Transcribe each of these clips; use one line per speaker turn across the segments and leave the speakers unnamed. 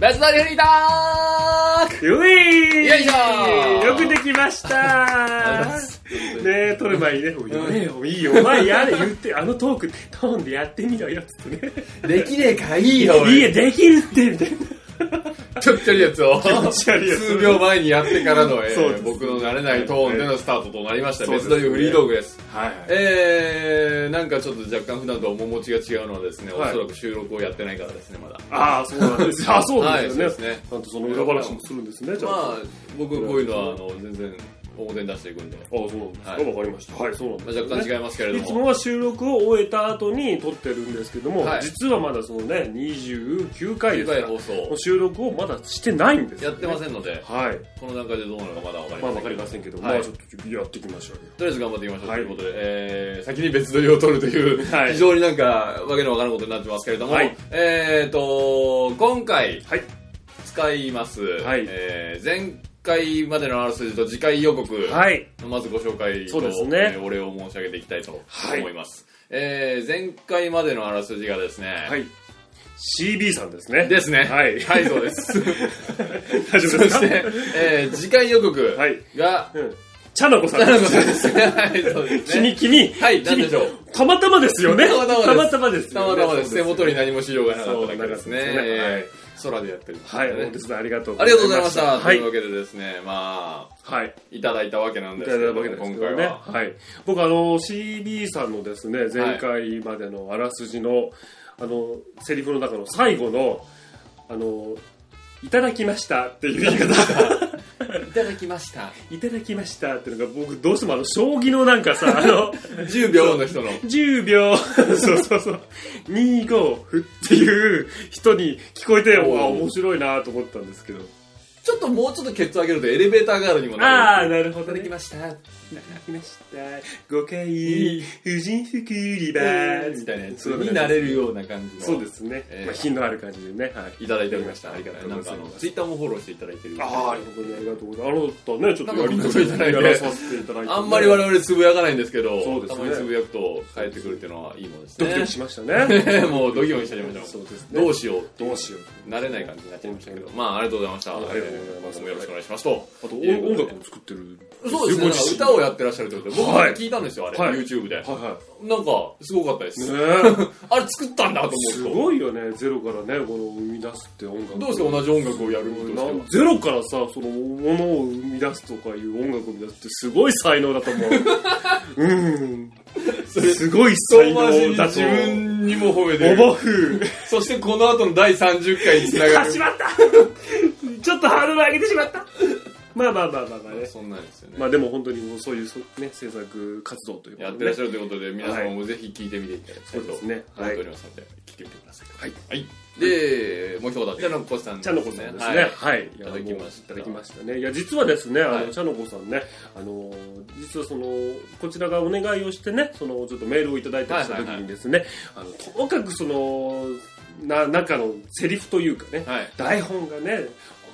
ラズダリフリーターク
うえい
よいしょ
よくできまし
あ
た
りがとうございま
ねえ、撮る前にね、もういいよ、お前やれ言って、あのトーク、トーンでやってみろよ、つってね。
できねえからいい
い
よ、
いえ、できるって、みたいな。
ちょっとやつを
っちゃいやつ
数秒前にやってからの、えー
そうです
僕の慣れないトーンでのスタートとなりました、
そうで
別
す
撮りフリートークです
はい。
えー、なんかちょっと若干普段と面持ちが違うのはですね、
はい
おそらく収録をやってないからですねまだ
ああ、そうなんですよ。あそうなんですよね。
はいそうですね
ちゃんとその裏話もするんですね、じゃ
ま
あ。あ
あ僕こういうのはあの全然表に出していくんで、
あ、そうなんですか。
はい
わかりました。はい、そうなん
まあ、
ですよね
若干違いますけれど
い
も
つもは収録を終えた後に撮ってるんですけども、
はい
実はまだそのね、29回ですか
回放送
ら、収録をまだしてないんです
やってま
ん。
せんので
はい。
この段階でどうなるかまだ分かり
まあ
ま
わ
せんけ
かり
ど
ませんけど、
はい
まあちょっとやっていきましょうよ。
とりあえず頑張っていきましょうと
はい
いうことで、えー、先に別撮りを撮るという、
はい
非常になんかわけのわからんことになってますけれども、
はい
えーと今回
はい。
使います、
はい
えー前回までのあらすじと次回予告、
はい。
まずご紹介と
そうですね
えーお礼を申し上げていきたいと
はい
思います、えー、前回までのあらすじがですね、
はい。CB さんですね。
ですね
はい
はいそう です
大丈
そ
夫
し
ですか
て、えー、次回予告
はい。
が、
うん。チャナコさん。
なるほどですねはいそうですね
君、君。
はい何でしょう
たまたまですよね。
たまたまです
たまたまです
た
よ
ま
ね。
たまです。手元に何も資料がなかっただ
そう
けですね。
なかったですねはい
えー空でやってるんですね、
はい、本日はありがとう
ありがとうございました。
はい
という。わけでですね、まあ、
はい。
いただいたわけなん
い
で
た
す
だ
けども、
いたわけですけ
今
ど
回
ね。
は。
はい。僕、あの、CB さんのですね、前回までのあらすじの、あの、セリフの中の最後の、あの、いただきましたっていう言い方。
いただきました。
いただきましたっていうのが、僕、どうしてもあの、将棋のなんかさ、あの、
10秒の人の。
10秒、 そうそうそう、25歩っていう人に聞こえて、
おう
わ面白いなと思ったんですけど。
ちょっともうちょっとケツ上げるとエレベーターガールにも
あ
な
あ、
る。
なるほ
いた
ど
だ
ね
き。ました。
いただきました。5回、婦人服売り場
みたいなやつになれるような感じの。
そうですね
え。ー
まあ品のある感じでね。はい。
いただいておりました。ありがたい。
あ
な
り
んか
がと
あ
うございます
の、ツイッターもフォローしていただいてる。
ああ、本当にありがとうございます。あのね、ちょっとやり
なんかコメントいただいて
やらさせていただいて。
あんまり我々つぶやかないんですけど、
そうです
た
ね
まにつぶやくと帰ってくるっていうのはいいものです
ド
ね。
キドキしましたね。
もうドキドキしちゃいました
そうですね。
どうしよう
どうしよう。
慣れない感じになっちゃいましたけどまあありがとうございました
ありがとうございます
えー今後もよろしくお願いしますと
あと、音音楽も作ってる。
そうですねなんか歌をやってらっしゃるということで僕も
はい
聞いたんですよあれ
はい
YouTube で
はいは
なんかすごかったで
い。
す
ねえ。
あれ作ったんだと
す
思う
ごいよねゼロからねこの生み出すって音楽
とどうですか同じ音楽をやること
なんゼロからさそのものを生み出すとかいう音楽を生み出すってすごい才能だと思う うん
それ
すごい才
遠回し
能
に
だ
自
と思う
分にも褒めて
お
る
ぼふ
そしてこの後の第30回につなが
あ
る
しまったちょっとハードル上げてしまったまあまあまあまあまあね
そんなんですよね
まあでも本当にもうそういうそね制作活動というこ
や
と
って
で
らっ
ね
しゃるということで皆様もぜひ聞いてみていただきたいと
そうですね
思っておりますので聞いてみてください
はい
はいでもう一方じゃあのこさん
チャノコさんですね。はい。い
い
や
ただきました
もういただきましたね。いや、実はですね、あの、
はい
チャノコさんね、あの、実はその、こちらがお願いをしてね、その、ちょっとメールをいただいたりした時にですね、あの、ともかくその、な、中のセリフというかね、
はい
台本がね、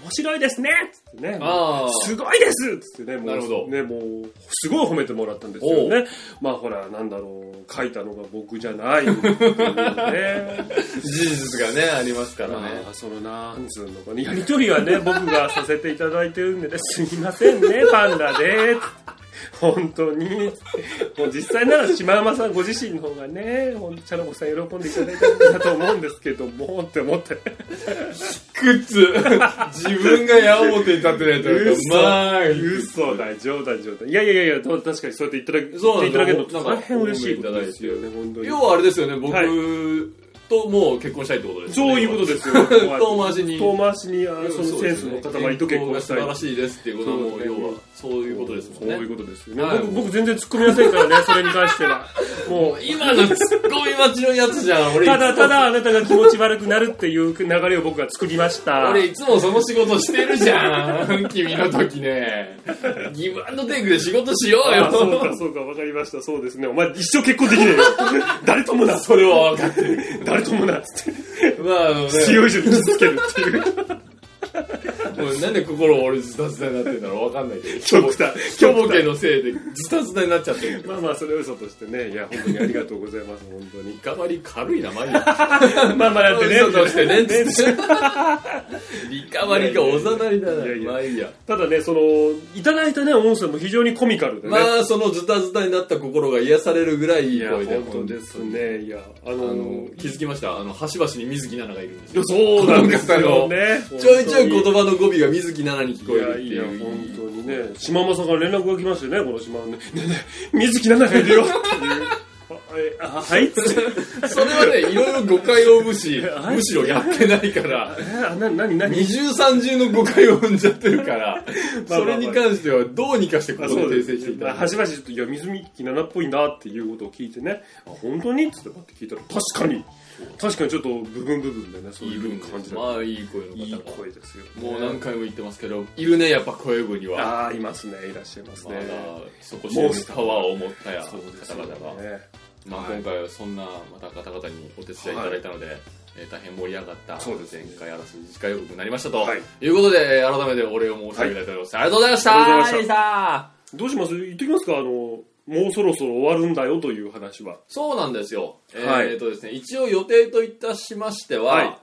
面白いですねつってね。
ああ
すごいですつってね、
なるほ
も
ど
う、ね、もう、すごい褒めてもらったんですよね。まあ、ほら、なんだろう、書いたのが僕じゃないってい うね。
事実がねありますからね
あーそのなんつうのかねやりとりは ね僕がさせていただいてるんでねすみませんねパンダで本当にもう実際なら島山さんご自身の方がねほんとチャラコさん喜んでいただいたんだと思うんですけどもって思って
靴 自分が矢面に立ってないというか
嘘
まあ
嘘だ冗談冗談いやいやいや確かにそうやっていただけ
そうなん
いただけ
ですよ
るのって大変嬉しいことですよね本当に
要はあれですよね僕
は
ともう結婚したいってことですよね
そういうことですよ遠
遠回しに
遠回しにあー
要は
その
う
セ
で
ン
す
ス
よね
の塊と結婚した
遠方が素晴
い
らしいですっていうことはも
そう
う
ですね
要はそういうことですもん
そうい
ね
うことですよね。
はい
僕、僕全然突っ込みませんからね、それに関しては。もう、
今のツッコミ待ちのやつじゃん俺いつも
ただただあなたが気持ち悪くなるっていう流れを僕が作りました。
俺いつもその仕事してるじゃん 君の時ねギブアンドテイクで仕事しよう
あ
よ
そうか、そうか、わかりました。そうですね。お前一生結婚できねえよ。誰ともな、
それは分かってる
誰ともな、つって。
まああのね
必要以上に傷つけるっていう。
もうなんで心俺ズタズタになってんだろうわかんないけど
極 端
今日ボケのせいでズタズタになっちゃってる
まあまあそれは嘘としてねいや本当にありがとうございます本当 に
リカバリー軽いな毎日
まあまあだってね
嘘としてね
ね
リカバリーがおざなりだない
やいや
まあいいや
ただねそのいただいたね音声も非常にコミカルでね、
まあそのズタズタになった心が癒されるぐらいい
い
い
や
声で
本当ですねいやあ
あ
の
の気づきましたあの端々に水木奈々がいるんですよ
そうなんですよね
ちょいちょい言葉の語尾が水木奈々に聞こえるって
いやいや
いう
本当にね島間さんから連絡が来ましてねこの島のね「ねえねえ水木奈々がいるよ」っていう「ああはい」っつって
それはねいろいろ誤解を生む しむしろやってないから
「えーな何何
二重三重の誤解を生んじゃってる から、それに関してはどうにかしてここ
あ
で
そうで
訂正
す
していた
ま
だ
あ
きたい。
端々ちょっと「いや水木奈々っぽいな」っていうことを聞いてね「あ本当に?」っつってパッて聞いたら確かに確かにちょっと部分部分でねそう
い
い
る
うん
で
感じ
す。
だ
まあいい声の方が。
いい声ですよね、
もう何回も言ってますけど、いるね、やっぱ声部には。
ああいますねいらっしゃいます
まだ
ね、
そこ知るパワーを持ったや方
そうですよ
々が。
ね
まあ
はい
今回はそんなまた方々にお手伝いいただいたので、えー大変盛り上がった
そうですね
前回争い次回予告になりましたと
はい
いうことで、えー改めてお礼を申し上げたいと思います。ありがとうございました
ありがとうございま
した
どうします言っときますかあのもうそろそろ終わるんだよという話は
そうなんですよ。えー
はい
えーとですね、一応予定といたしましては、
はい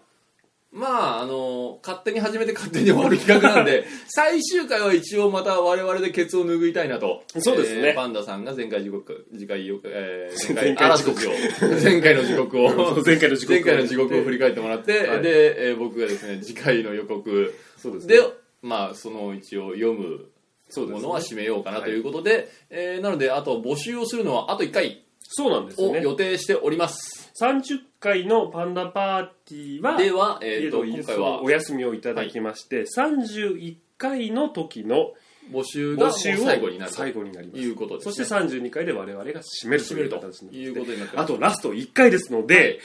まあ、あの、勝手に始めて勝手に終わる企画なん で、最終回は一応また我々でケツを拭いたいなと。
そうですね
えーパンダさんが前回時刻、次回よ、えー、前回
前回
あら
時
す
刻
じを、 前回の時刻を、
前回の時刻
前回の時刻を振り返ってもらって、
はい
で、えー僕がですね、次回の予告
そうですね
で、まあ、その一応読む
そうで
も
す
のは
ね
締めようかな
はい
ということで、えーなので、あと募集をするのはあと1回。
そうなんですよ
を
ね
予定しております。
30回のパンダパーティーは
では、え
え
っ
ー
と
と
今回は
お休みをいただきまして、31回の時の
募集がも
募
う
集を
最後になると
最後になりま
い
す
うことです、
そ
ね。
して32回で我々が締めると
締め
い
る
う
と
形に
い
な
う
って
ことになって
あ
ます。
とラスト1回ですので、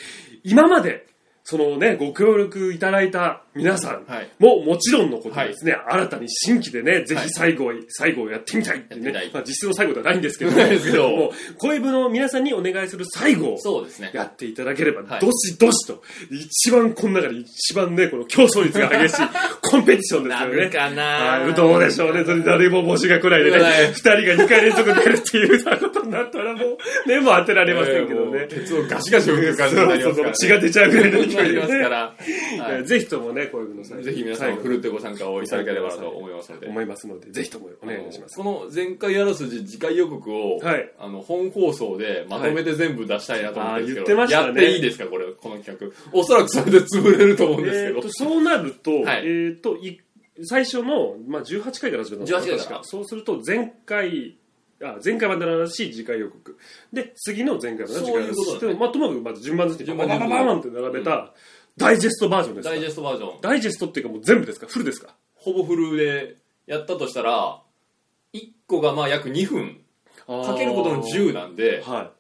今までそのねご協力いただいた皆さん
はい
ももちろんのことですね、新たに新規でねぜひ最後、最後をやってみたいって
やって
ね
みたい
まあ、実質の最後ではないんですけど
ないですけど
もう恋部の皆さんにお願いする最後を
そうですね。
やっていただければ、
はい
どしどしと一番この中で一番ねこの競争率が 激しいコンペティションです
な
よ
る
ね
か
あ
な
ーどうでしょうね。それ誰も募集が来ないでね
はい、
二人が2回連続出るっていうようなことになったらもう、ね、もう当てられませんけど
えーもう
ね。
鉄をガシガシ吹く感じになり
そ
ますから、
うそうそ
ね
う。。血が出ちゃうぐらいの
になりますか
ね
ら、はい
えーぜひともね、こういうの最後
ぜひ皆さんもふるってご参加をいただければなと思いますので。
思いますので、ぜひともお願いいたします。
この前回あらすじ次回予告を、
はい
あの本放送でまとめて全部出したいなと思ってるんですけど、
はいあー言って
やっ
ましたね
ていいですかこれこの企画おそらくそれで潰れると思うんですけ
え
ど、
ーと、そうなると、
はい
えっと、い最初の、まあ、18回から始めたの
18回
確か。そうすると、前回、あ前回までの話、次回予告。で、次の前回までの次回の話
そういうことだね
しても、まあ、ともかくまず順番ずつに
順
バ
番
ババババンって並べた、ダイジェストバージョンですか
ダイ
ら
ジェストバージョン
ダイジェストっていうかもう全部ですかフルですか
ほぼフルでやったとしたら、1個がまあ約2分、かけることの10なんで、
は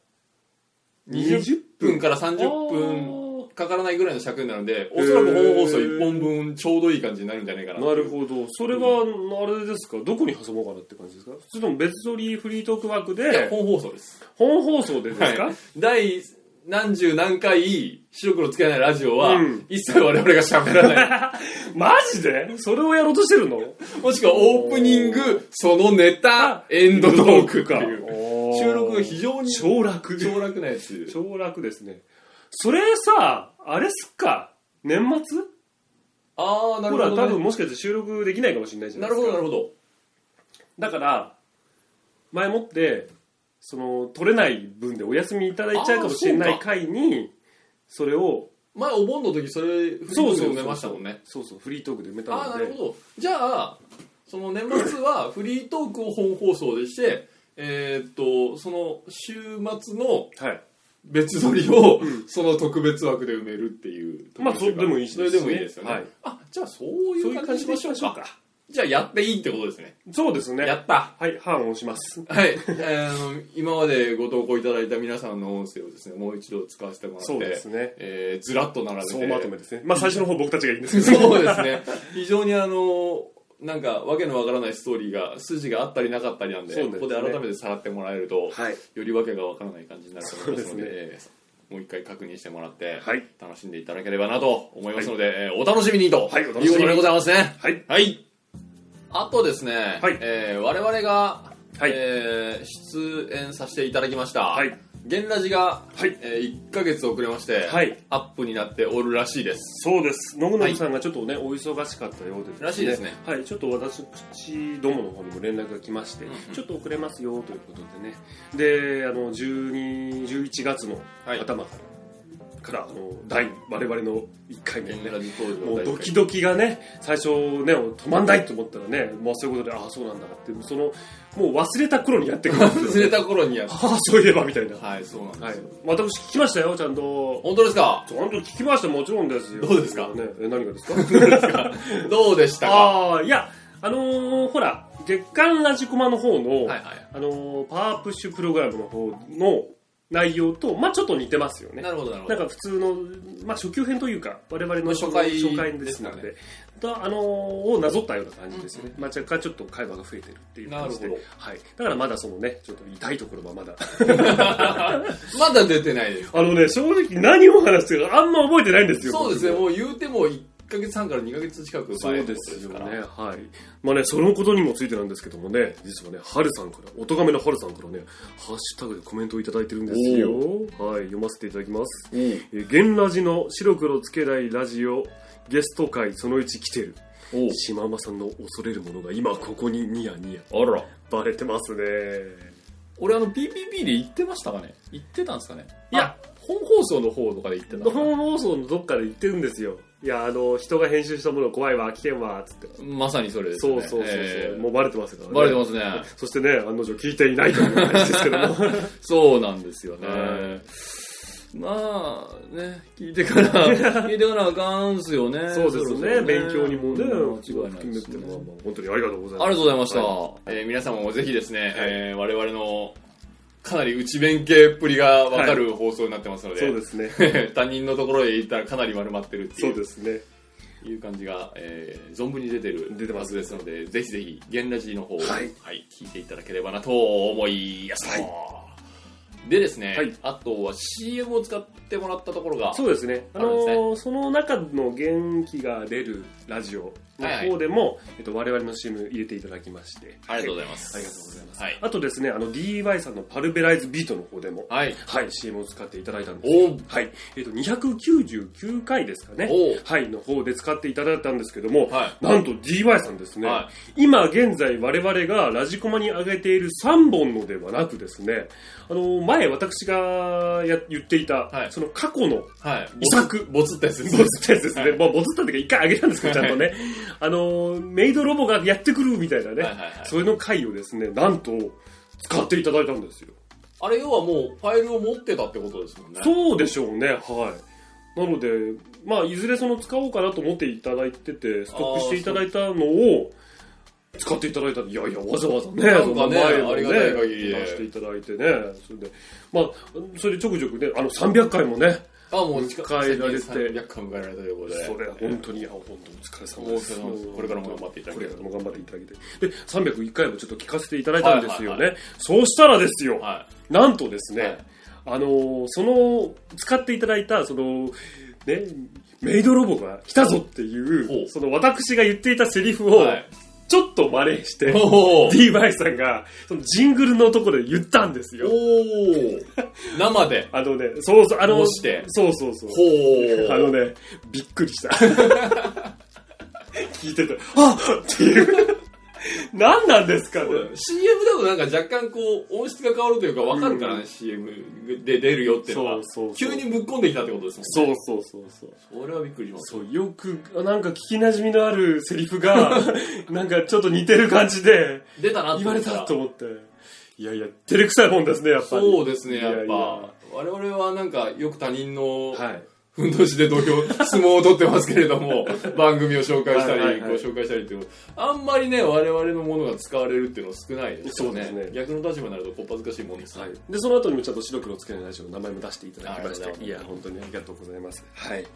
20分から
い
30分かからないぐらいの尺になるんで、
ー
おそらく本放送1本分ちょうどいい感じになるんじゃないかな。
なるほどそれはあれですかどこに挟もうかなって感じですかそれとも別撮りフリートーク枠
いや、
で
本放送です。
本放送でですか、
はい第何十何回白黒つけないラジオは、
うん
一切我々が喋らない。
マジでそれをやろうとしてるの
もしくはオープニング、そのネタ、エンドトークって いう。
おー
収録が非常に超
超楽
楽なやつ。
超楽ですねそれさあれっすか年末
あー、なるほど
ほら、
ね、
多分もしかして収録できないかもしれないじゃな
ないる
で
ほ
すか
ど、なるほど。
だから前もってその取れない分でお休みいただいちゃうかもしれな
あー
い回にそれを
前お盆の時それフリートークで埋めましたもんね
そうそうフリートークで埋めた
ああ
の
なる
で
ほどじゃあその年末はフリートークを本放送でしてえーっとその週末の
はい
別撮りをその特別枠で埋めるっていう
まあそれでもいいし
それでもいいですよね、
はい
あじゃあそうい
そう
う
いう
感
感
じ
じ
に
で
し
し
ま
ま
し
し
ょ
ょ
う
う
か
か
じゃあやっていいってことですね
そうです
や
ね
った
はい判を押します
はい、えー、今までご投稿いただいた皆さんの音声をですねもう一度使わせてもらって
そうですね
えーずらっと並べて
総まとめですね まあ最初の方僕たちがいいんですけど
そうですね。非常にあの、なんか、わけのわからないストーリーが、筋があったりなかったりなんで、
そうです
こ
ね
こで改めてさらってもらえると、
はい
よりわけがわからない感じになると思いますので、
そう
えーもう一回確認してもらって、
はい
楽しんでいただければなと思いますので、えーお楽しみにと、
はい
い
お
う
楽
こ
しみに
とでございますね。
はい
はい。あとですね、
はい
えー我々が、
はい
えー出演させていただきました、
はい
ゲンラジが、
はい
え1ヶ月遅れまして、
はい
アップになっておるらしいです。
そうですのぐのぐさんがちょっとね、お忙しかったようで
らしいですね
はいちょっと私どもの方にも連絡が来まして、
んうん
ちょっと遅れますよということでねであの12 11月の
はい
頭から、からあの第我々の1回目
ゲンラジ当時
も
の第
う
一
ド
回
キドキがね最初ね止まんないと思ったらね、まあ、そういうことでああそうなんだってそのもう忘れた頃にやってくるんで
忘
すよ
れた頃にやる。
ああそういえばみたいな、
はい、そうなんです。
はい、私聞きましたよちゃんと
本当ですか
ちゃんと聞きましたもちろんですよ
どうですか
ね、え何がですか
どうでしたか
ああいやあのーほら月刊ラジコマの方の、
はいはい。
あのーパワープッシュプログラムの方の内容とまあちょっと似てますよね
なるほど、なるほ
な
ど
ん。か普通の、まあ、初級編というか我々の
初回
初回ですので
で
だあのーをなぞったような感じですよね、まあ、若干ちょっと会話が増えてるっていう感じで
なるほ
はい、だからまだそのねちょっと痛いところはまだ
まだ出てないです。
あのね正直何を話してるかあんま覚えてないんですよ
そうですね、
僕
もう言うても1ヶ月半から2ヶ月近く
そ
前
う
のこと
ですよ
か
ね
ら。
はいまあねそのことにもついてなんですけどもね実はねハルさんからおとがめのハルさんからねハッシュタグでコメントをいただいてるんですよはい読ませていただきますえー「現ラジの白黒つけないラジオゲスト会そのうち来てる」
おう
島間さんの恐れるものが今ここにニヤニヤ
おうあら。
バレてますね
俺あの PPP で言ってましたかね言ってたんですかね
いや
あ本放送の方とかで言ってたのか
本放送のどっかで言ってるんですよいやあの人が編集したもの怖いわ危険わつって、
なまさにそれです
そ
よ
う
ね
そうそうそう、
えー
もうバレてますからね
バレてますね
そしてね案の定聞いていないという感じですけども
そうなんですよね、
は
まあね聞いて から聞いてからあかんすよね
そうです
ろ
ね
ろ
勉強にもね
間違いない
含
で
め
す
て
ね
もまあ本当にありがとうございます
ありがとうございました、
は
えー皆様もぜひですね、えー我々のかなり内弁慶っぷりがわかる放送になってますの
い
で、
そうですね
他人のところへ行ったらかなり丸まってるってい
そう
う
ですね
いう感じが、えー存分に出てる
出てます
はずですのでぜひぜひ「ゲンラジ」の方を、
はい
聞いていただければなと思います、でですね、
はい
あとは CM を使ってもらったところが
そうですね。あ
あ
の
るん
ーその中の元気が出るラジオの方でも、えっと我々の CM 入れていただきまして、
ありがとうございます
ありがとうございます。
はい、
あとですね、あの DY さんのパルベライズビートの方でも、
はい、
はい、CM を使っていただいたんです
お
よ
う。
はい。えっと299回ですかね。
おう
はいの方で使っていただいたんですけども、
は
なんと DY さんですね、
は
今現在我々がラジコマに上げている3本のではなくですね、あのー前私がや言っていた、
はい
その過去の
はい、
遺作
ボツボツったやつです
ボツったやつですね。
はい
まあ、ボツったっていうか、一回あげたんで すけど、ちゃんとね。あのー、メイドロボがやってくるみたいなね。
はいはいはい
それの回をですね、なんと、使っていただいたんですよ。
あれ要はもうファイルを持ってたってことですもんね
そうでしょうね、はい。なので、まあ、いずれその使おうかなと思っていただいてて、ストックしていただいたのを、使っていただいたんでいやいや、わざわざね、
なんかね
前を
ありがたい限りで
出していただいてね、それで、まあ、それでちょくちょくね、あの、300回もね、
あもう近
迎えられて
1300回迎えられたということで
それは本当に、いや、本当お疲れ様で
お
す。
疲れ様ですこれからも頑張っていただければ
これからも頑張っていただけて。で、301回もちょっと聞かせていただいたんですよね。
はいはい
そうしたらですよ、
は
なんとですね、
はい
あのーその、使っていただいた、その、ね、メイドロボが来たぞってい
ほ
う、
う
その私が言っていたセリフ
い、
を、
はい、
ちょっと真似して、
おー
DY さんが、そのジングルのところで言ったんです
お
よ。
ー生で
あのね、そうそう、あの、
こうして
そうそうそう。
ほう
あのね、びっくりした。 聞いてて、あっっていう。何なんですかね。
CM だとなんか若干こう音質が変わるというか分かるからね、
う
CM で出るよっていうのが
そうそう
急
そう
にぶっこんできたってことですもんね
そうそうそうそう。
それはびっくりします
そう、よく、なんか聞き馴染みのあるセリ フが、なんかちょっと似てる感じで、
出たなって
言
思
われ
った
た
ら
と思って。いやいや、照れくさいもんですね、やっぱり。
そうですね
いや
やっ
い
ぱ
や
我々はなんかよく他人の
はい。
ふんどしで土俵 相撲を取ってますけれども番組を紹介したり、
はいはいはい
ご紹介したりっていうあんまりね我々のものが使われるっていうのは少ないですよね
そうですね
逆の立場になるとこっぱずかしいもんです、
はい、でその後にもちゃんと白黒つけないラジオの名前も出していただきまし
ありがとうござい
てい
ま
や
す
本当にありがとうございますはいもう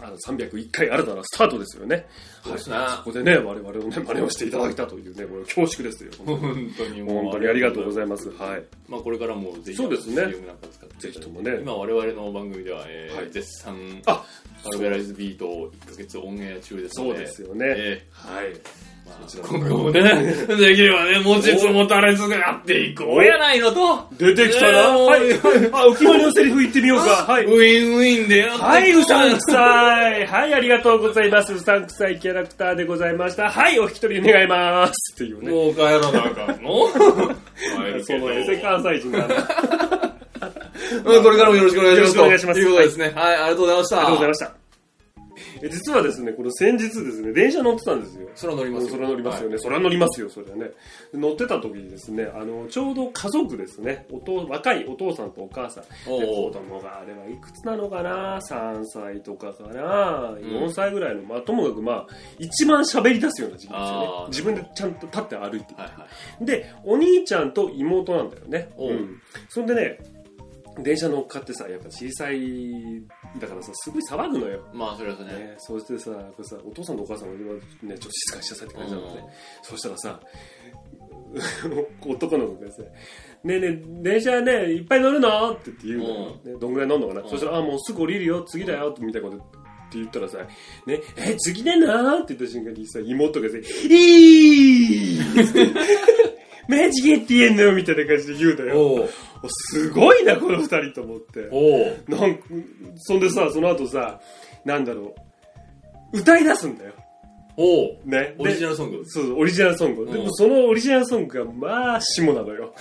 あの301回新たなスタートですよね
そうですね
はい、そこでね我々のね真似をしていただいたというねこれ恐縮ですよ本当に
本当にもう
本当にありがとうございますはい
まあ、これからもぜひ
そうですね
CM なんか使って
ぜひともね
今我々の番組では、えー
はい
絶賛
あ
パルベライズビートを1ヶ月オンエア中です
そ
の
う
で
ですよね、
え
はい
ーまあ
そちら
今後もね できればね持ちつ持たれつがっていこうやないのと
出てきたな、
えー
はいあお決まりのセリフ言ってみようかはい
ウィンウィンでやってこ
はい、うさんくさい。はい、ありがとうございます。うさんくさいキャラクターでございました。はい、お引き取り願います。っていうね。
もう帰らなあかん の帰る
そ
けど
のエセ関西人なんで。ありが
うんこれからもよろしくお願いしますと
よろしくお願いしま
と
す
いうことですねはいありがとうございました
とうございました。え実はですね、この先日ですね、電車乗ってたんですよ。
空乗りますよ
それ乗りますよ
は
ね。それは乗りますよ、それはね。乗ってた時にですね、あの、ちょうど家族ですね、おと若いお父さんとお母さん、で
おうお
子
う
供があれはいくつなのかな、3歳とかかな、4歳ぐらいの、まあ、ともかくまあ、一番喋り出すような時期ですよね
あ。ー
自分でちゃんと立って歩いていく
いはいはい
でお兄ちゃんと妹なんだよね、、
おうん
そんでね電車乗っかってさやっぱ小さいだからさすごい騒ぐのよ、
まあそれはそうね
ね、そうしてさこれさお父さんとお母さんは、ね、ちょっと静かにしなさいって感じなのね、
うん
そうしたらさ 男の子がですね「ねえねえ電車ねいっぱい乗るの?」って言うのよ、ね、どんぐらい乗るのかな、
ん
そしたら「あもうすぐ降りるよ次だよ」みたいなことって言ったらさ「ねえ次だな」って言った瞬間にさ妹がさ「いい!」 マジでって言えんのよみたいな感じで言うのよ。
おう
おすごいな、この二人と思って。
おう
なんかそんでさ、その後さ、なんだろう。歌い出すんだよ。
おう
ね。
オリジナ
ル
ルソング
そう、オリジナルソング。
ん
でもそのオリジナルソングが、まあ、下なのよ。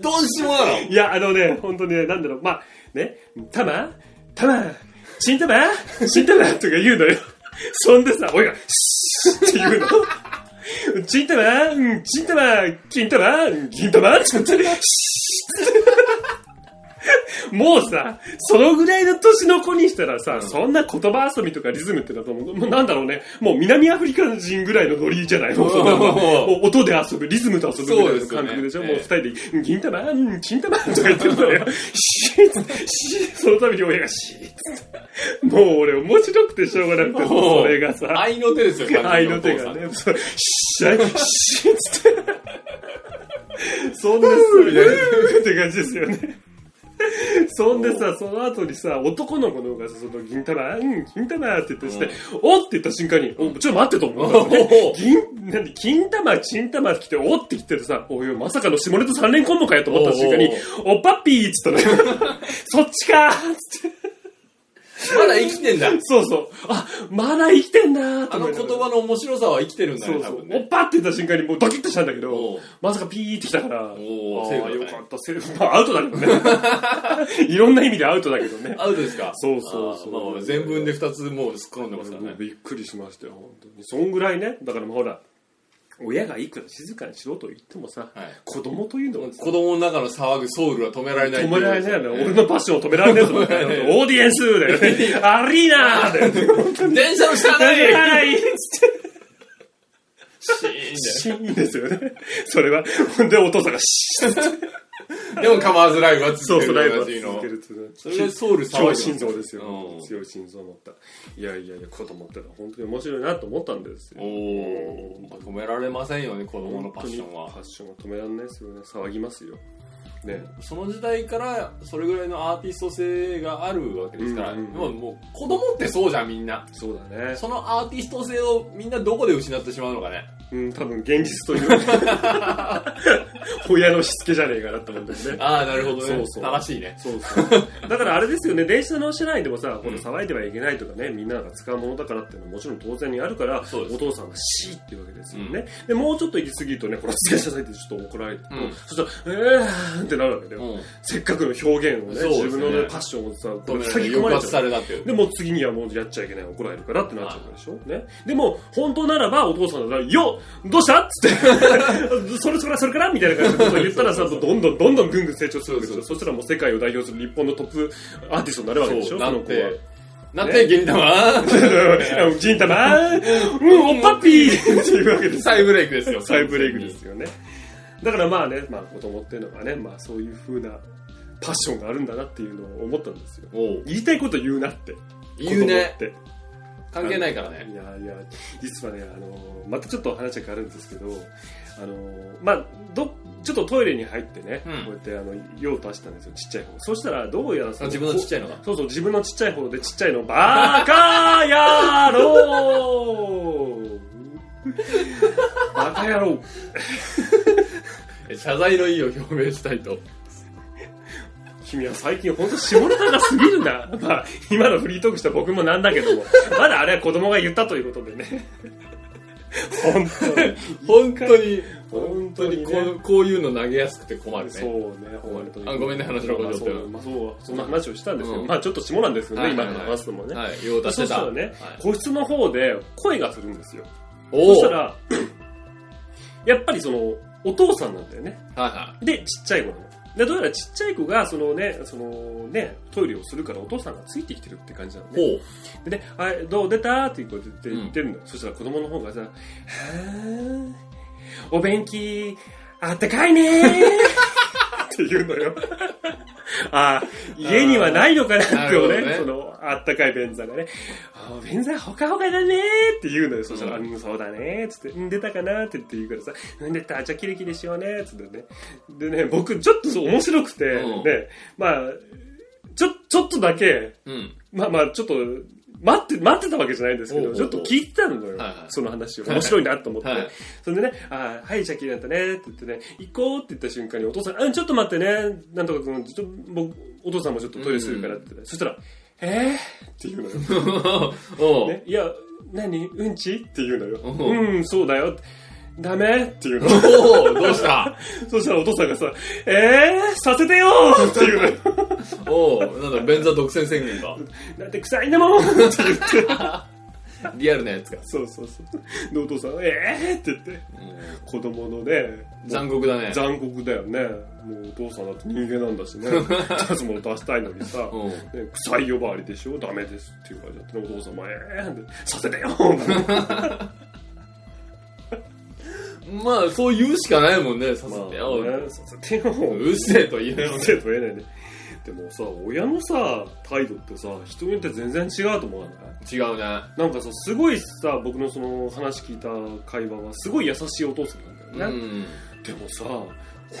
どうしもなの
いや、あのね、本当にね、なんだろう。まあ、ね、たま、たま、ちんたま、ちんたまとか言うのよ。 そんでさ、俺が、シーって言うの。 ちんたま、うんちんたま、金たま、銀たま、ちょっと、 もうさ、そのぐらいの年の子にしたらさ、そんな言葉遊びとかリズムってのはもう、もう なんだろうね、もう南アフリカ人ぐらいのノリじゃ ないのそんなの
おー
もう音で遊ぶ、リズムと遊ぶみたいな感覚でしょ、
そうですよね
もう二人で、銀玉、うん金玉とか言ってるのよ。シーッシーッそのために親がシーッもう俺面白くてしょうがなくて、
おう
それがさ。
愛の手ですよ完
愛
全に
の
お父さん
手がね、そうシャッシャッつって、そんです
いや
って感じですよね。 そんでさ、その後にさ、男の子の方がさ、その銀玉、うん、銀玉って言ってして、おって言った瞬間に、お、ちょっと待ってと思う、
お
銀、なんで、金玉、金玉来て、おって来てるさ、おいおいまさかの下ネタ三連コンボかよと思った瞬間に、おパッピーっつった のよ。そっちかーっつって。
まだ生きてんだ
そうそう。あ、まだ生きてんなーと
あ
思
の
い
言
なが
葉
ら
の面白さは生きてるんだ
そ
ね
う
多
そう
分。
お
ね
っぱって言った瞬間にもうドキッとしたんだけ
お
ど
う、
まさかピーってきたから、あ
おうセーフ
ー
だね
よかった、セーフ。まあアウトだけどね。 いろんな意味でアウトだけどね。
アウトですか
そうそうそう
あーまあまあ全文で2つもう突っ込んでますからね
びっくりしましたよ、本当に。そんぐらいね、だからもうほら、親がいくら静かにしろと言ってもさ
はい、
子供というのは
子供の中の騒ぐソウルは止められない
止められないよね。
ね
俺のパッションを止められ ないぞ、みたいなことオーディエンスだよね。アリーナーだよね。
電車の下だ
はい
ね
はいつって
シーン
シーンですよね。それは。ほんで、お父さんがシーンって
ででも構わずライブは
そ
続
う
け
そ
る
う、ライブは
同じ
続け
の
るっていうね
それでソウル騒いで
強
ま
い
す
心臓ですよ
うん。
強い心臓を持った。いやいやいや、子供ってのは本当に面白いなと思ったんですよ。
おおー止められませんよね子供のパッション
本当に
は
パッションは止められないですよね。騒ぎますよ。ね。
その時代からそれぐらいのアーティスト性があるわけですから
うんうんうん
でももう子供ってそうじゃんみんな
そうだね。
そのアーティスト性をみんなどこで失ってしまうのかね
うん、多分現実という。 親のしつけじゃねえかなって思うんだよね。
ああなるほどね
そうそう
正しいね
そうそう。だからあれですよね、電車の車内でもさ、この騒いではいけないとかね、みんなが使うものだからっていうのはもちろん当然にあるから、
そうです
お父さんがシーっていうわけですよね。で、もうちょっと行き過ぎるとね、これ、つけなさいってちょっと怒られて、
うん
そしたら、えーってってなるわけだよ、
うん
せっかくの表現をね
そうですね
自分の、ね、パッションをさこ
ご
う
めんな
突き
さい
込ま
抑
れ
圧
ちゃ
さ
う
れたっていう
でもう次にはもうやっちゃいけない怒られるからってなっちゃうでしょ、ね、でも本当ならばお父さんが「よどうした?」っつって「それそれそれから」みたいな感じで言ったらさどんどんどんどんぐんぐん成長するわけでしょそしたらもう世界を代表する日本のトップアーティストになるわけでし
そう
ょ
な
の
っ
子は
てなって銀玉
銀玉うん、おっぱっぴーっていうわけです。
再ブレイクですよ
再ブレイクですよね。だからまあね、まあ子供っていうのはね、まあそういう風なパッションがあるんだなっていうのを思ったんですよ。
おう
言いたいこと言うなって。
言うね
子供って
関係ないからね
いやいや、実はね、あの、またちょっと話が変わるんですけど、あの、まあ、ど、ちょっとトイレに入ってね、
うん
こうやってあの、用を足したんですよ、ちっちゃい方。そしたら、どうやら
あ
さ
自分のちっちゃいのが
そうそう、自分のちっちゃい方でちっちゃいの、バカ野郎バカ野郎
え謝罪の意を表明したいと
君は最近本当下ネタが過ぎるな。 まあ、今のフリートークした僕もなんだけども、まだあれは子供が言ったということ でね。本
本当に
本
本
当
当
に
に
ね
こうこういうの投げやすくて困
当
る
に。
ね
そうね、本当に。
あごめんね話のこと
まあ
だっ
そ
た
う、まあそう、そんな話をしたんですけど、
うん
まあちょっと下なんですよね、
はい
今の話すのもね。
はい用を足し
そ
て
したたらね、個室の方で声がするんですよ。
お
そ
お
したら、 やっぱりその、お父さんなんだよね。
はいは
で、ちっちゃい子なの。で、どうやらちっちゃい子が、そのね、そのね、トイレをするからお父さんがついてきてるって感じなの
いほ
ね。
う
でね、あれ、どう出たってこう言って言ってるの。そしたら子供の方がさ、はぁ、お便器、あったかいねーって言うのよ。 あー家にはないのかなって
なる
ね
ほどね
その、あったかい便座がね、あー便座ほかほかだねーって言うのよ。そしたら、
う
うん、そうだねーっつって、うん、出たかなーって言って言うからさ、うん、出た、じゃあキレキレしようねーっつってね。でね、僕、ちょっとそう面白くて、
うん
ね、まあ、ちょ、ちょっとだけ、
うん
まあまあ、ちょっと、待って、待ってたわけじゃないんですけ
おうお
ど、
う
ちょっと聞いてたの
はい
よ
はい。
その話を。面白いなと思って
はい。
それでね、あーはい、じゃあ綺麗だったねって言ってね、行こうって言った瞬間にお父さん、あ、ちょっと待ってね、なんとか君、ちょっと、僕、お父さんもちょっとトイレするからって言ってねそしたら、えーって言うのよ。
おう
ね、いや、何うんちって言うのよ。
うん
うん、そうだよ。ダメって言うの。
おうどうした
そしたらお父さんがさ、えー、させてよって言うのよ。
おおなんだ便座独占宣言か
なんて臭いんだもんって言って。
リアルなやつか
そうそうそう。で、お父さん、えーって言って、子供のね、
残酷だね
残酷だよね。もうお父さんだって人間なんだしね。出すもの出したいのにさ、
うん
ね臭い呼ばわりでしょダメですっていう感じだったね。お父さんも、えーって、させてよま
まあそう言うしかないもんねさせておう
あねさせてよ
うっせえと言えな
うっせえと言えないね。でもさ、親のさ、態度ってさ、人によって全然違うと思わない
違うね
なんかさ、すごいさ、僕のその話聞いた会話は、すごい優しいお父さんなんだよね。
うん
でもさ、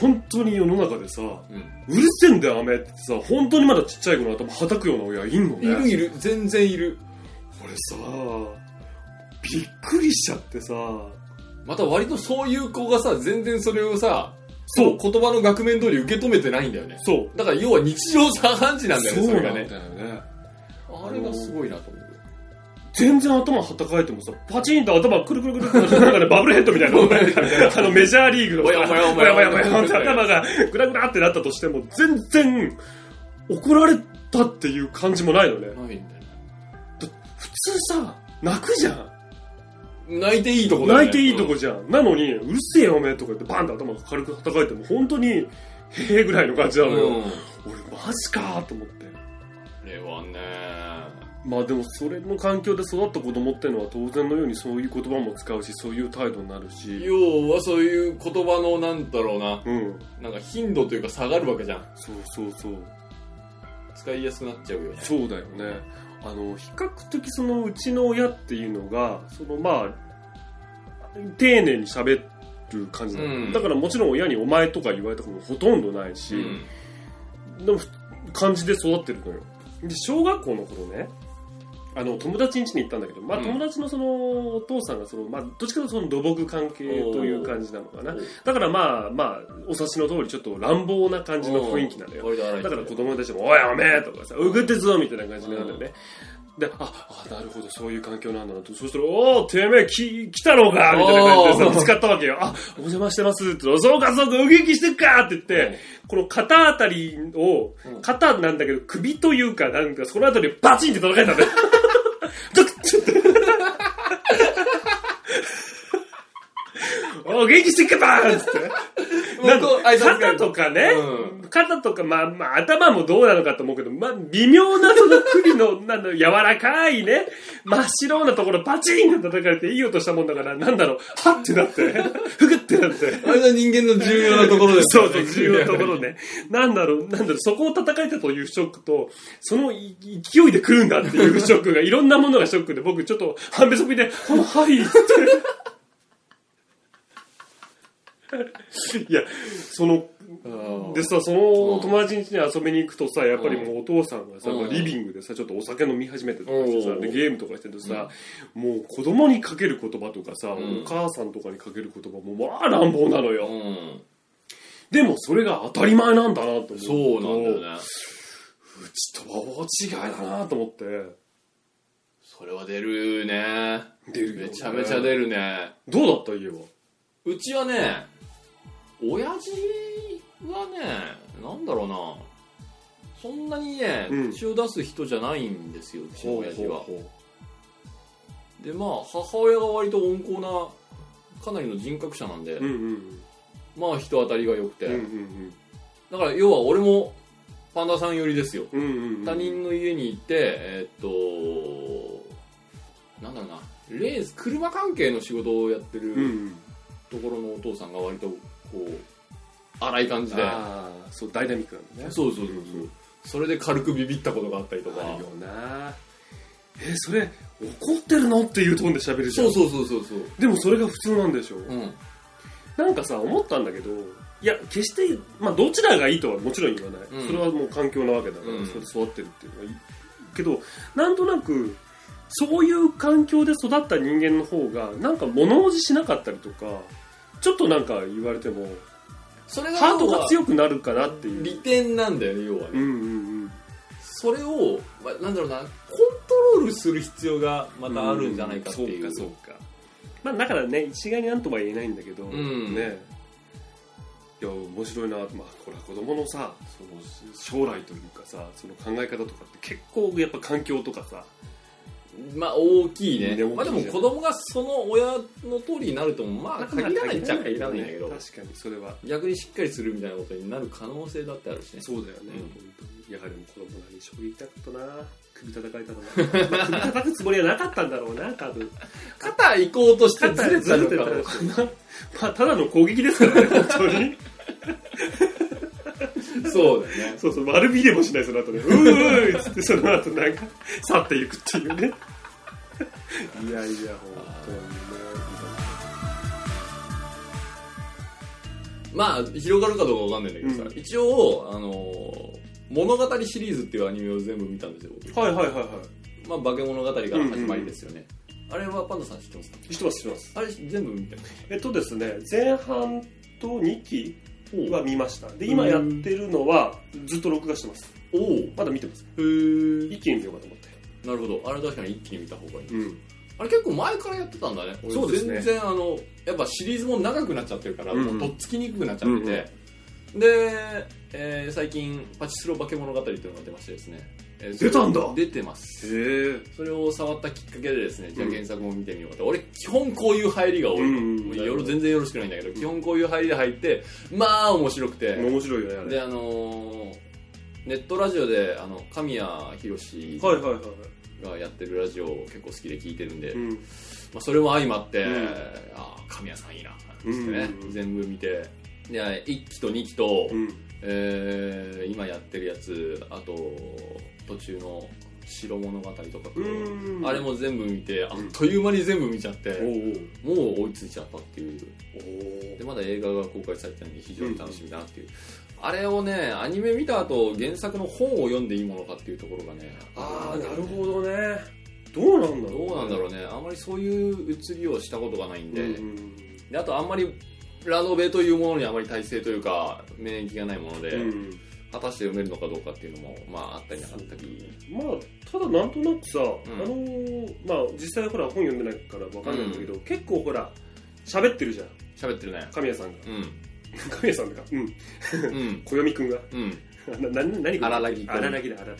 本当に世の中でさ、
うん
うるせえんだよ、雨ってさ、本当にまだちっちゃい子の頭はたくような親いんの
いる
ね。
いる全然いる
俺さ、びっくりしちゃってさ、
また割とそういう子がさ全然それをさ
そ
そうう言葉の額面通り受け止めてないんだよね
そう。
だから要は日常茶飯事なんだよね
そ
そう
な
れ
んだ
が
よ
ね
ね。
あれがすごいなと思う
全然頭はたかいてもさ、パチンと頭くるくるくるくるなんかね、バブルヘッドみたいな、あのメジャーリーグの
おや
さ、
おやおや
おやおやおやって頭がグラグラってなったとしても、全然怒られたっていう感じもないのね。
ないんだよね
普通さ、泣くじゃん。
泣いていいとこだよ
泣
ね
いていいとこじゃん。なのに、うるせえよおめえとか言ってバンと頭が軽く叩かれても、本当に、へえぐらいの感じな
う
の
ん、
よ。
うん、あ
俺マジかーと思って。
れはね
まあでも、それの環境で育った子供ってのは当然のようにそういう言葉も使うし、そういう態度になるし。
要はそういう言葉のなんだろうな
うん。
なんか頻度というか下がるわけじゃん
そうそうそう。
使いやすくなっちゃうよね
そうだよね。あの、比較的そのうちの親っていうのが、そのまあ、丁寧に喋る感じだ,、
うん
だからもちろん親にお前とか言われたこともほとんどないし、
うん
の感じで育ってるのよで小学校の頃ねあの友達ん家に行ったんだけど、まあ、
うん
友達のそのお父さんがその、まあ、どっちかというとその土木関係という感じなのかな
おー
だからまあまあお察しの通りちょっと乱暴な感じの雰囲気なのよ
割と荒い
だから子供たちも「おいおめえ!」とかさ「うぐってぞ!」みたいな感じになるんだよねで、あ、あ、なるほど、そういう環境なんだなと。そしたら、おー、てめえ、き、来たのかみたいな感じ
お
でさ
ー、
見つかったわけよ。あ、お邪魔してますって言ったらそうか、そうか、ウキウキしてっかって言って、この肩あたりを
う、ん
肩なんだけど、首というか、なんか、そのあたりをバチンって叩かれたん だよ。ドクッちょっと。おー、元気してっかばーっつって。なんか
もうこう挨拶代わり
肩とかね、
う
肩とか、まあ、まあ、頭もどうなのかと思うけど、まあ、微妙なその首の、なんだろう、柔らかいね、真っ白なところ、パチンって叩かれて、いい音したもんだから、なんだろう、はってなって、ふくってなって。
あれが人間の重要なところです
そ
よ
うそう、重要なところね。なんだろう、なんだろう、そこを叩かれたというショックと、そのい勢いで来るんだっていうショックが、いろんなものがショックで、僕ちょっと半べそびで、あはいっつって。いや、その、
うん
でさ、その友達ん家に遊びに行くとさ、やっぱりもうお父さんがさ、
うん
リビングでさ、ちょっとお酒飲み始めてとかして
う
さ、
ん
でゲームとかしてるとさ、もう子供にかける言葉とかさ、
ん
お母さんとかにかける言葉も、まあ乱暴なのよ。
うん
でもそれが当たり前なんだなと思って
そうなんだよね
うちとは大違いだなと思って
それは出るね
出るよね
めちゃめちゃ出るね
どうだった家は
うちはね親父はねなんだろうなそんなにね、
うん
口を出す人じゃないんですようちの親父は
ほうほ
でまあ母親が割と温厚なかなりの人格者なんで、
ううんうん
まあ人当たりが良くて、
うんうん
だから要は俺もパンダさん寄りですよ
うんうんうん
他人の家に行ってえーっとなんだろうなレース車関係の仕事をやって
うんう
る
ん
ところのお父さんが割とこう荒い感じで
ああそうダイナミックなんだね
そうそうそうそう、
うん
それで軽くビビったことがあったりとか
あるよなえそれ怒ってるのっていうトーンで喋るじゃん
そうそうそうそうそう
でもそれが普通なんでしょ
うん
なんかさ思ったんだけどいや決して、まあ、どちらがいいとはもちろん言わない、
うん
それはもう環境なわけだから、
うん
それで育ってるっていうのはいいけどなんとなくそういう環境で育った人間の方がなんか物おじしなかったりとかちょっとなんか言われても
それが
ハートが強くなるかなっていう
利点なんだよね要はね、
うんうん
それを、まあ、なんだろうなコントロールする必要が
う
ま
ん
たあるんじゃないかっていう,、
そうかそうかまあだからね一概になんとは言えないんだけど、
うん
ねいや面白いなまあこれは子供のさその将来というかさその考え方とかって結構やっぱ環境とかさ
まあ大きいね
ね
まあ、で
大き
も
いじゃん
子供がその親の通りになるともまあ限らないっちゃ限らないんだけど
確かにそれは
逆にしっかりするみたいなことになる可能性だってあるしね
そうだよね、
うん
本当にやはりもう子供なりに将棋行きたかったな首叩かれたかな、まあ、首叩くつもりは なかったんだろうな多分
肩行こうとしてずれ
ずれ
て
て
たの
たら
か
しいなまあただの攻撃ですからね本当に
もそうだよね
そうそう、丸見でもしない、その後ね。うーいっつって、その後なんか、去っていくっていうね。いやいや、本当にね。
まあ広がるかどうかわかんないんだけどさ、
う
一応あのー物語シリーズっていうアニメを全部見たんですよ、僕
はいはいはいは
まあ、化け物語から始まりですよね、あれはパンダさん知ってますか
い。知ってます、知ってます。
あれ全部見て
えっとですね、前半と2期
お
は見ました。で、今やってるのは、ずっと録画してます。
おおへ
まだ見てます。
え
一気に見ようかと思って。
なるほどあれ確かに一気に見た方がいい
うん。
あれ結構前からやってたんだね俺
そうですね
全然あのやっぱシリーズも長くなっちゃってるから、
うん
もうとっつきにくくなっちゃってて、で、えー最近「パチスロ化け物語」というのが出ましてですね、えー
出たんだ
それを出てます
へえ。
それを触ったきっかけでですねじゃあ原作も見てみようかと、俺基本こういう入りが多いの、
うんうん
もうよろ全然よろしくないんだけど、基本こういう入りで入ってまあ面白くて、
面白いよね、あれ。
であのーネットラジオであの神谷宏
はいはいはい。
がやってるラジオを結構好きで聞いてるんで、
うん。
まあ、それも相まって、
うん
ああ神谷さんいいなってね、
うん
全部見てで1期と2期と、
うん。
えー今やってるやつあと途中の「城物語」とか、
うん
あれも全部見てあ
うん
っという間に全部見ちゃって、
おう
もう追いついちゃったっていう
おう
でまだ映画が公開されてるので非常に楽しみだなっていう、あれをねアニメ見た後原作の本を読んでいいものかっていうところがね
ああ、なるほどね。どうなんだろう、
どうなんだろうねあんまりそういう移りをしたことがないんで,、であとあんまりラノベというものにあまり耐性というか免疫がないもので、
うん。
果たして読めるのかどうかっていうのもまああったりなかったり
まあただなんとなくさ、
ん
あのーまあ実際ほら本読んでないからわかんないんだけど、結構ほら喋ってるじゃん
喋ってるね
神谷さんが
うん
神谷さんがうん
うん
小読みくんが
う ん
な何何
荒木君
荒木だ荒木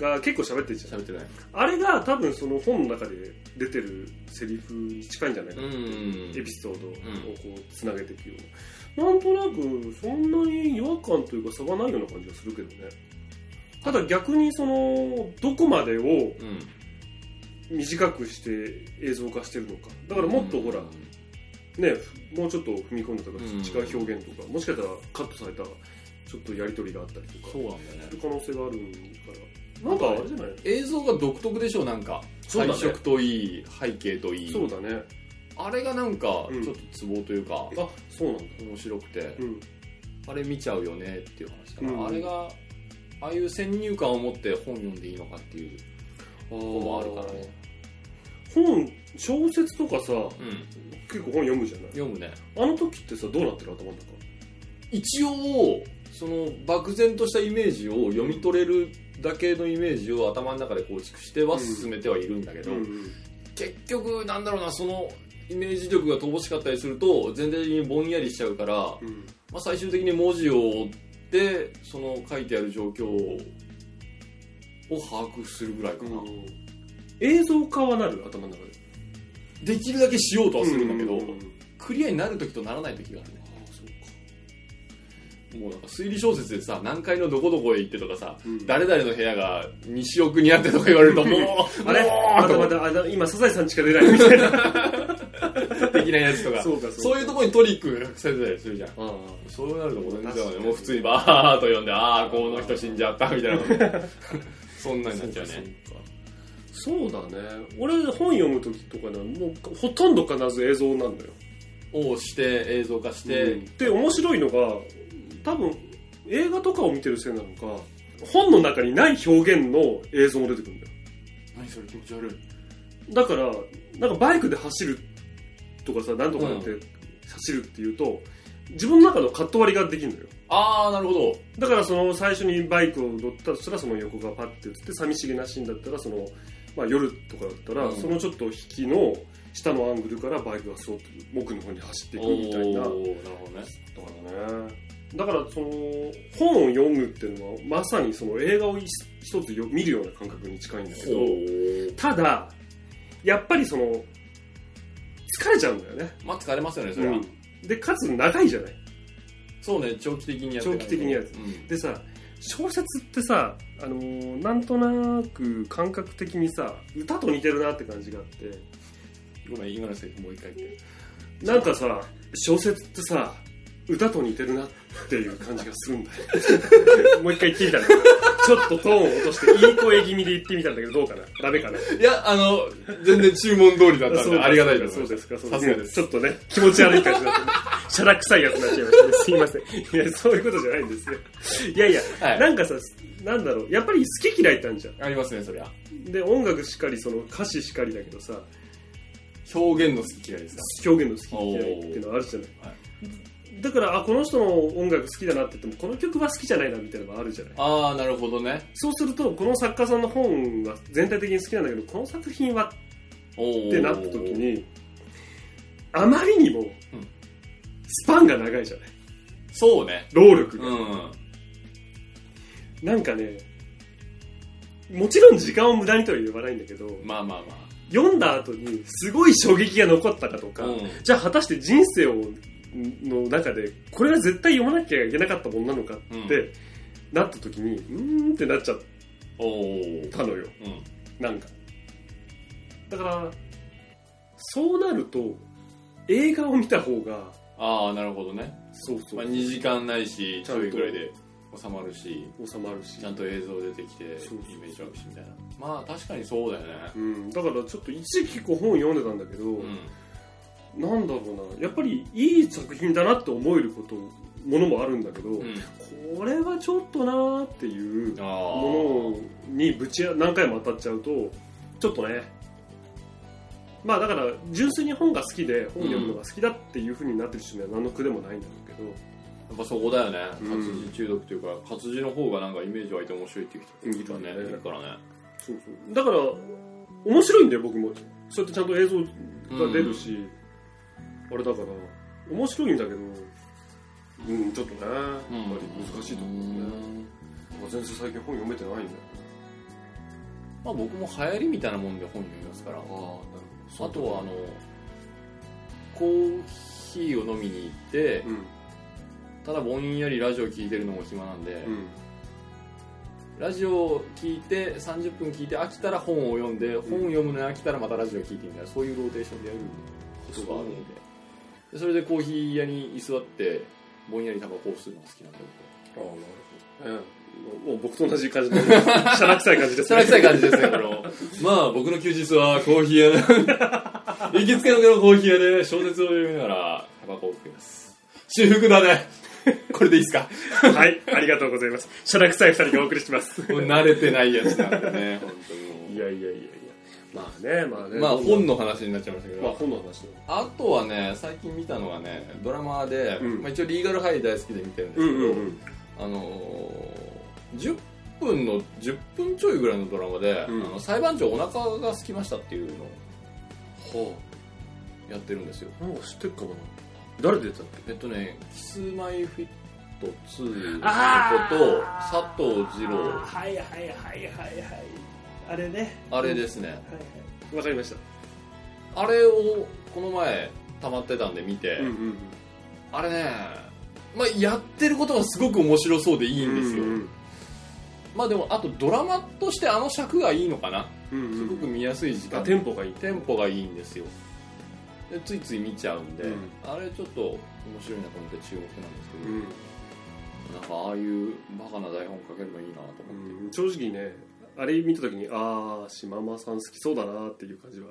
だが結構喋ってるじゃん
喋ってるね
あれが多分その本の中で出てるセリフに近いんじゃないか
う
な、
ん
エピソードをこうつなげていくような、なんとなくそんなに違和感というか差がないような感じがするけどねただ逆にそのどこまでを
うん
短くして映像化してるのかだからもっとほら、ねもうちょっと踏み込んだとか違う表現とか、もしかしたらカットされたちょっとやり取りがあったりとか
そうなんだよね
する可能性があるからなんかあれじゃない
映像が独特でしょなんか
そうだ
彩
ね
色といい背景といい
そうだね
あれがなんかち
うん
ょっとツボというか、
あそうなんだ
面白くて
うん
あれ見ちゃうよねっていう話だから、
うん
あれがああいう先入観を持って本読んでいいのかっていうのもあるからね
本小説とかさ
うん
結構本読むじゃない
読むね
あの時ってさどうなってる頭の中
一応その漠然としたイメージを読み取れるだけのイメージを頭の中で構築しては進めてはいるんだけど、
ん
結局なんだろうなそのイメージ力が乏しかったりすると全体的にぼんやりしちゃうから、
うん
まあ、最終的に文字を追ってその書いてある状況を把握するぐらいかな、
映像化はなる頭の中で
できるだけしようとはするんだけど、
ううん
クリアになる時とならない時がある
あ
ね
あそうか
もうなんか推理小説でさ何階のどこどこへ行ってとかさ
うん
誰々の部屋が西奥にあってとか言われるともう
あれ
も
ま
うと
だまだあの今サザエさんしか出ないみたいな
できないやつとか
そうか
そういうところにトリックが隠されてたりするじゃん
ああ
そうなると全然
確かに
もう普通にバーッと読んでああこの人死んじゃったみたいな のそんなになっちゃうね
そうかそうだね俺本読む時とかねもうほとんど必ず映像なんだよ
をして映像化して、
うんで面白いのが多分映画とかを見てるせいなのか本の中にない表現の映像も出てくるんだよ
何それ気持ち悪い
だからなんかバイクで走るとかさなんとかなんて走るっていうと自分の中のカット割りができるのよ
ああなるほど
だからその最初にバイクを乗ったとしたらその横がパッて映って寂しげなシーンだったらその、まあ、夜とかだったら、
うん
そのちょっと引きの下のアングルからバイクがそっと奥の方に走っていくみたいな
おーなるほどね
だからねだからその本を読むっていうのはまさにその映画を一一つよ見るような感覚に近いんだけどただやっぱりその疲れちゃうんだよね、
まあ疲れますよねそれは、
でかつ長いじゃない
そうね長期的にやって
長期的にやる
うん
でさ小説ってさ、あのーなんとなく感覚的にさ歌と似てるなって感じがあって
ごめん今のせいもう一回言って
なんかさ小説ってさ歌と似てるなっていう感じがするんだ よもう一回言ってみたら ちょっとトーンを落としていい声気味で言ってみたんだけどどうかなダメかない
やあの全然注文通りだったんでありがたいです
そうですかそう
さすがです
ちょっとね気持ち悪い感じだったねシャラ臭いやつになっちゃいましたねすいませんいやそういうことじゃないんですよいやいや、
はい
なんかさなんだろうやっぱり好き嫌いってあるじゃん
ありますねそりゃ
で音楽しかりその歌詞しかりだけどさ
表現の好き嫌いですか
表現の好き嫌いっていうのはあるじゃない、
おーは
だからあこの人の音楽好きだなって言ってもこの曲は好きじゃないなみたいなのがあるじゃない
ああなるほどね
そうするとこの作家さんの本が全体的に好きなんだけどこの作品は
お
ってなった時にあまりにも
うん
スパンが長いじゃない
そうね
労力が、
うん
なんかねもちろん時間を無駄にとは言わないんだけど
まあまあ
読んだ後にすごい衝撃が残ったかと
まあ
か、
うん
じゃあ果たして人生をの中でこれは絶対読まなきゃいけなかったもんなのかって、
う
なった時にうーんってなっちゃっ
おー
たのよ
うん
なんかだからそうなると映画を見た方が
ああなるほどね
そうそう、
まあ2時間ないし
ち
ち
ゃん
ょ
と
いぐらいで収まるし
収まるし
ちゃんと映像出てきてイ
そうそう
メージアップしてみたいなまあ確かにそうだよね
うん、だからちょっと一時期結構本読んでたんだけど、
うん
なんだろうなやっぱりいい作品だなって思えることものもあるんだけど、
うん
これはちょっとなーっていう
ああ
ものにぶち何回も当たっちゃうとちょっとねまあだから純粋に本が好きで本読むのが好きだっていうふうになってる人には何の苦でもないんだろうけど、
っぱそこだよね
うん
活字中毒というか、活字の方がなんかイメージ湧いて面白いって
うん
人がねいるからね
そうそうだから面白いんだよ僕もそうやってちゃんと映像が出るし、あれだから面白いんだけどうんちょっとね、やっぱり難しいと思うね、まあ全然最近本読めてないんだよ
まあ僕も流行りみたいなもんで本読みますからあ
あ
とはあのコーヒーを飲みに行って
うん
ただぼんやりラジオ聞いてるのも暇なんで、
うん
ラジオを聞いて30分聞いて飽きたら本を読んで、本を読むのに飽きたらまたラジオ聞いてみたいなそういうローテーションでやることがあるのででそれでコーヒー屋に居座ってぼんやりタバコを吸うのが好きなんで
ああなるほど、ええもう僕と同じ感 じでしゃらくさい感じ
僕
です
さらきたい感じですねこのまあ僕の休日はコーヒー屋で行きつけのコーヒー屋で小説を読みながらタバコを吸います修復だねこれでいいですか
はいありがとうございますしゃらくさい二人がお送りしてます
もう慣れてないやつなんでね本当にもう
いやいやいやいやまあねまあね
まあ本の話になっちゃいましたけど、
まあ本の話だ
あとはね最近見たのはねドラマで、
うん
まあ、一応リーガルハイ大好きで見てるんですけど、
ん
あのー、10分の10分ちょいぐらいのドラマで、
うん
あの裁判長お腹が空きましたっていうのをやってるんですよ
なんか知ってるかな誰出てたっけ
えっとねキスマイフィット2
あ
の
ー
こと佐藤二郎
はいはいはいはいはいあれね
あれですね
はいはいわかりました
あれをこの前溜まってたんで見て、
うんうん
あれねまあやってることがすごく面白そうでいいんですよ、まあでもあとドラマとしてあの尺がいいのかな
うん
すごく見やすい時間、
あテンポがいい
テンポがいいんですよでついつい見ちゃうんで、
うん
あれちょっと面白いなと思って注目なんですけど、
うん
なんかああいうバカな台本書ければいいなと思って、
うん正直ねあれ見た時にああ島間さん好きそうだなっていう感じは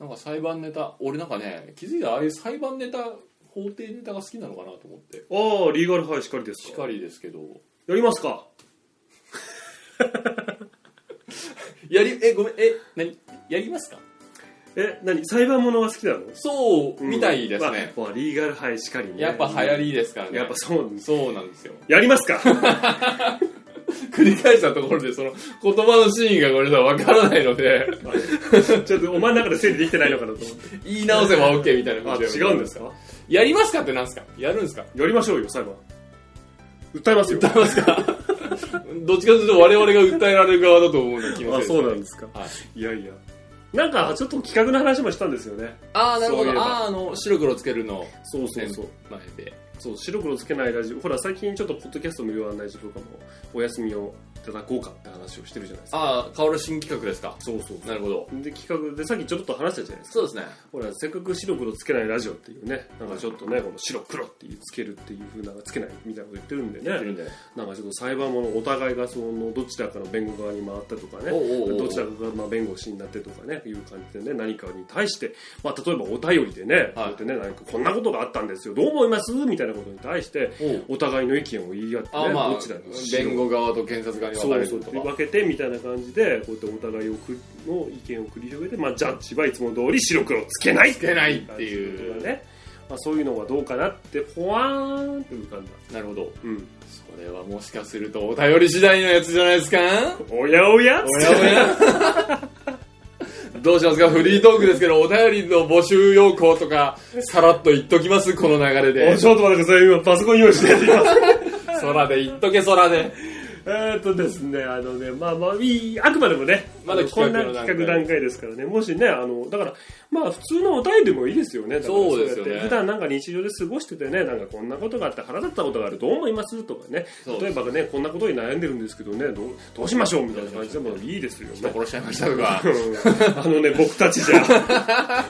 なんか裁判ネタ俺なんかね気づいたらああいう裁判ネタ法廷ネタが好きなのかなと思って
ああリーガルハイしかりです
し
か
かりですけど
やりますか
やりえごめんえ何やりますか
え何裁判ものが好きなの
そう
うん
みたいですね、
まあまあリーガルハイしかりね
やっぱ流行りですからね
やっぱそうです
そうなんですよ
や りますか
繰り返したところでその言葉の真意がこれさわからないの で
ちょっとお前の中で整理できてないのかなと 思って
言い直せば OK みたいな
あ
感じ
違うんですか
やりますかってなんすかやるんですか
やりましょうよ裁判訴えますよ
どっちかというと我々が訴えられる側だと思うの気も
あ
す
そ
る
うなんですか、、
はい
やいやなんかちょっと企画の話もしたんですよね
ああなるほ
そういえ
ど
ば
あああの白黒つけるの
そうそうそう
前で
そう白黒つけないラジオほら最近ちょっとポッドキャスト無料案内所とかもお休みをいただこうかって話をしてるじゃないですか
ああ薫新企画ですか
そうそう
なるほど
で企画でさっきちょっと話したじゃないですか
そうですね
ほらせっかく白黒つけないラジオっていうねなんかちょっとねこの白黒っていうつけるっていう風なつけないみたいなこと言ってるんで
やって
ね
るんで
なんかちょっと裁判ものお互いがそのどちらかの弁護側に回ったとかね
おうおうおう
どちらかがまあ弁護士になってとかねいう感じでね何かに対して、まあ、例えばお便りでね,、
はい
ってねなんかこんなことがあったんですよどう思いますみたいなことに対して
おう
お互いの意見を言い合って、
ああ
ね
まあ
どちらの主張
弁護側と検察側に分か
そ
れ
う
る
そう
と
で
か
分けてみたいな感じでこうやってお互いをくの意見を繰り広げて、まあ、ジャッジはいつも通り白黒つけない
つけないっていう
感じのことだねまあ、そういうのはどうかなってほわーんって浮かんだ、
なるほど
うん、
それはもしかするとお便り次第のやつじゃないですか
おやおや
おやおやどうしますかフリートークですけどお便りの募集要項とかさらっと言っときますこの流れで
お ちょっと待ってください今パソコン用意してやっています
空で言っとけ空で
えーっとですねあのねまあまあいいあくまでもね
まだ
あのこんな
企画の段階
企画段階ですからねもしねあのだからまあ普通のお便りでもいいですよねだから
そうですよね
やって普段なんか日常で過ごしててねなんかこんなことがあって腹立ったことがあるどう思いますとかね
そう
例えばねこんなことに悩んでるんですけどねどうどうしましょうみたいな感じでもいいですよ
人
ね
殺しちゃいましたとか
うんあのね僕たちじゃ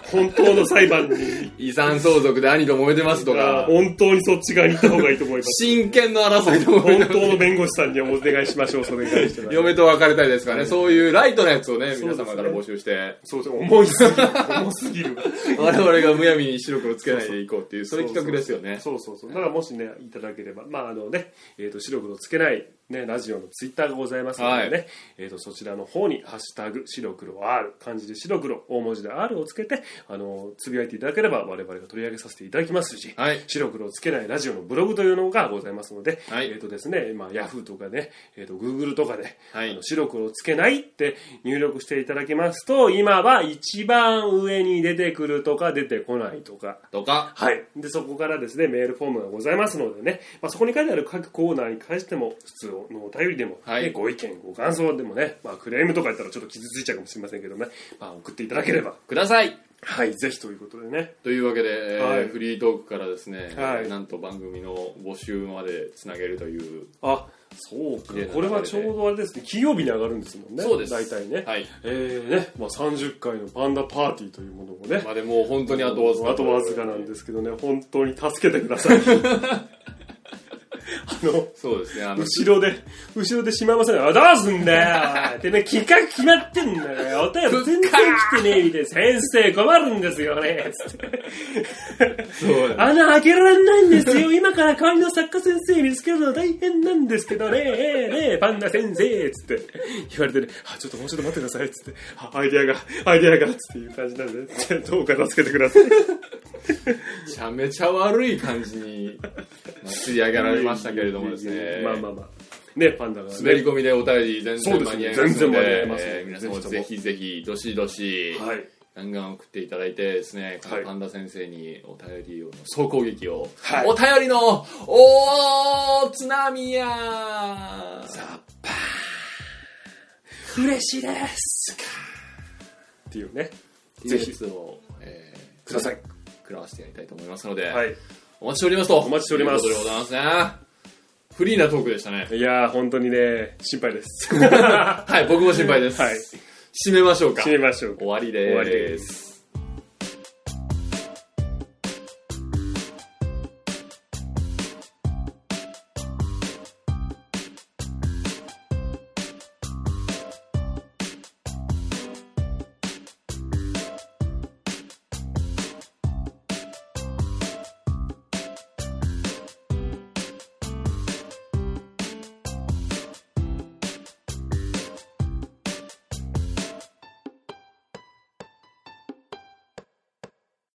本当の裁判に
遺産相続で兄と揉めてますとか
本当にそっち側に行った方がいいと思います
真剣の争いと揉め
本
てま
当の弁護士さんにお願いしましょうそれに関しては
す嫁と別れたいですからねそういうライトなやつをね皆様
そう
か
です
ら
ね
募集して
そうそう重いすぎる重すぎる
我々がむやみに白黒つけないでいこうっていうそういう企画ですよね
そうそうそうだからもしねいただければまああのね、えー、と白黒つけないね、ラジオのツイッターがございますのでね、えー、とそちらの方に「ハッシュタグ白黒 R」漢字で白黒大文字で R をつけてあのつぶやいていただければ我々が取り上げさせていただきますし、
はい
白黒をつけないラジオのブログというのがございますので、
はい
えっ、とですね、まあ、Yahoo とかね、えっ、と Google とかで、
はい
あの白黒をつけないって入力していただきますと、今は一番上に出てくるとか出てこないとか、
とか、
はい。で、そこからですね、メールフォームがございますのでね、まあ、そこに書いてある各コーナーに関しても、普通のお便りでも、
はい
ねご意見、ご感想でもね、まあ、クレームとか言ったらちょっと傷ついちゃうかもしれませんけどね、まあ、送っていただければ、
ください
はい、ぜひということでね、
というわけで、えー
はい
フリートークからですね、
はい
なんと番組の募集までつなげるという、
あ、そうか
綺麗な流れで
これはちょうどあれですね、金曜日に上がるんですもんね、
そうです
大体ね。
はい
えーね、まあ、30回のパンダパーティーというものもね、
まあ、でもう本当にあとわずか
あとわずかなんですけどね、本当に助けてくだ さい。あの、
そうです ねあの
後ろで、後ろでしまいませんよ。あどうすんだよってね、企画決まってんだよ。お便り全然来てねえみたいな。先生困るんですよね。つって。
そうだね
穴開けられないんですよ。今から代わりの作家先生見つけるの大変なんですけどね。ええねえ、パンダ先生つって言われてね、あ、ちょっともうちょっと待ってください。つって、あアイデアが、アイデアが、つっていう感じなんで、つってどうか助けてください。
めちゃめちゃ悪い感じにまあ吸い上げられましたけれどもですね
まあまあまあ。ね、パンダが、ね。
滑り込みでお便り全
そう
然
で
間
す
に合います
全
の
然間に合
で
います
えー皆さんもぜひぜひどしどし、
はい。
ガンガン送っていただいてですね、この
はい
パンダ先生にお便りをの総攻撃を、
はい
お便りのおー津波やー
嬉しいですっていうね
ぜ
ぜ
ひ
ひ
を、えー、
ください
食らわせてやりたいと思いますので、
はい
お待ちしておりますとお
待ちしております
ということでございますねフリーなトークでしたね
いやー本当にね心配です
はい僕も心配です、
はい
締めましょうか
締めましょう
終わりです
終わりです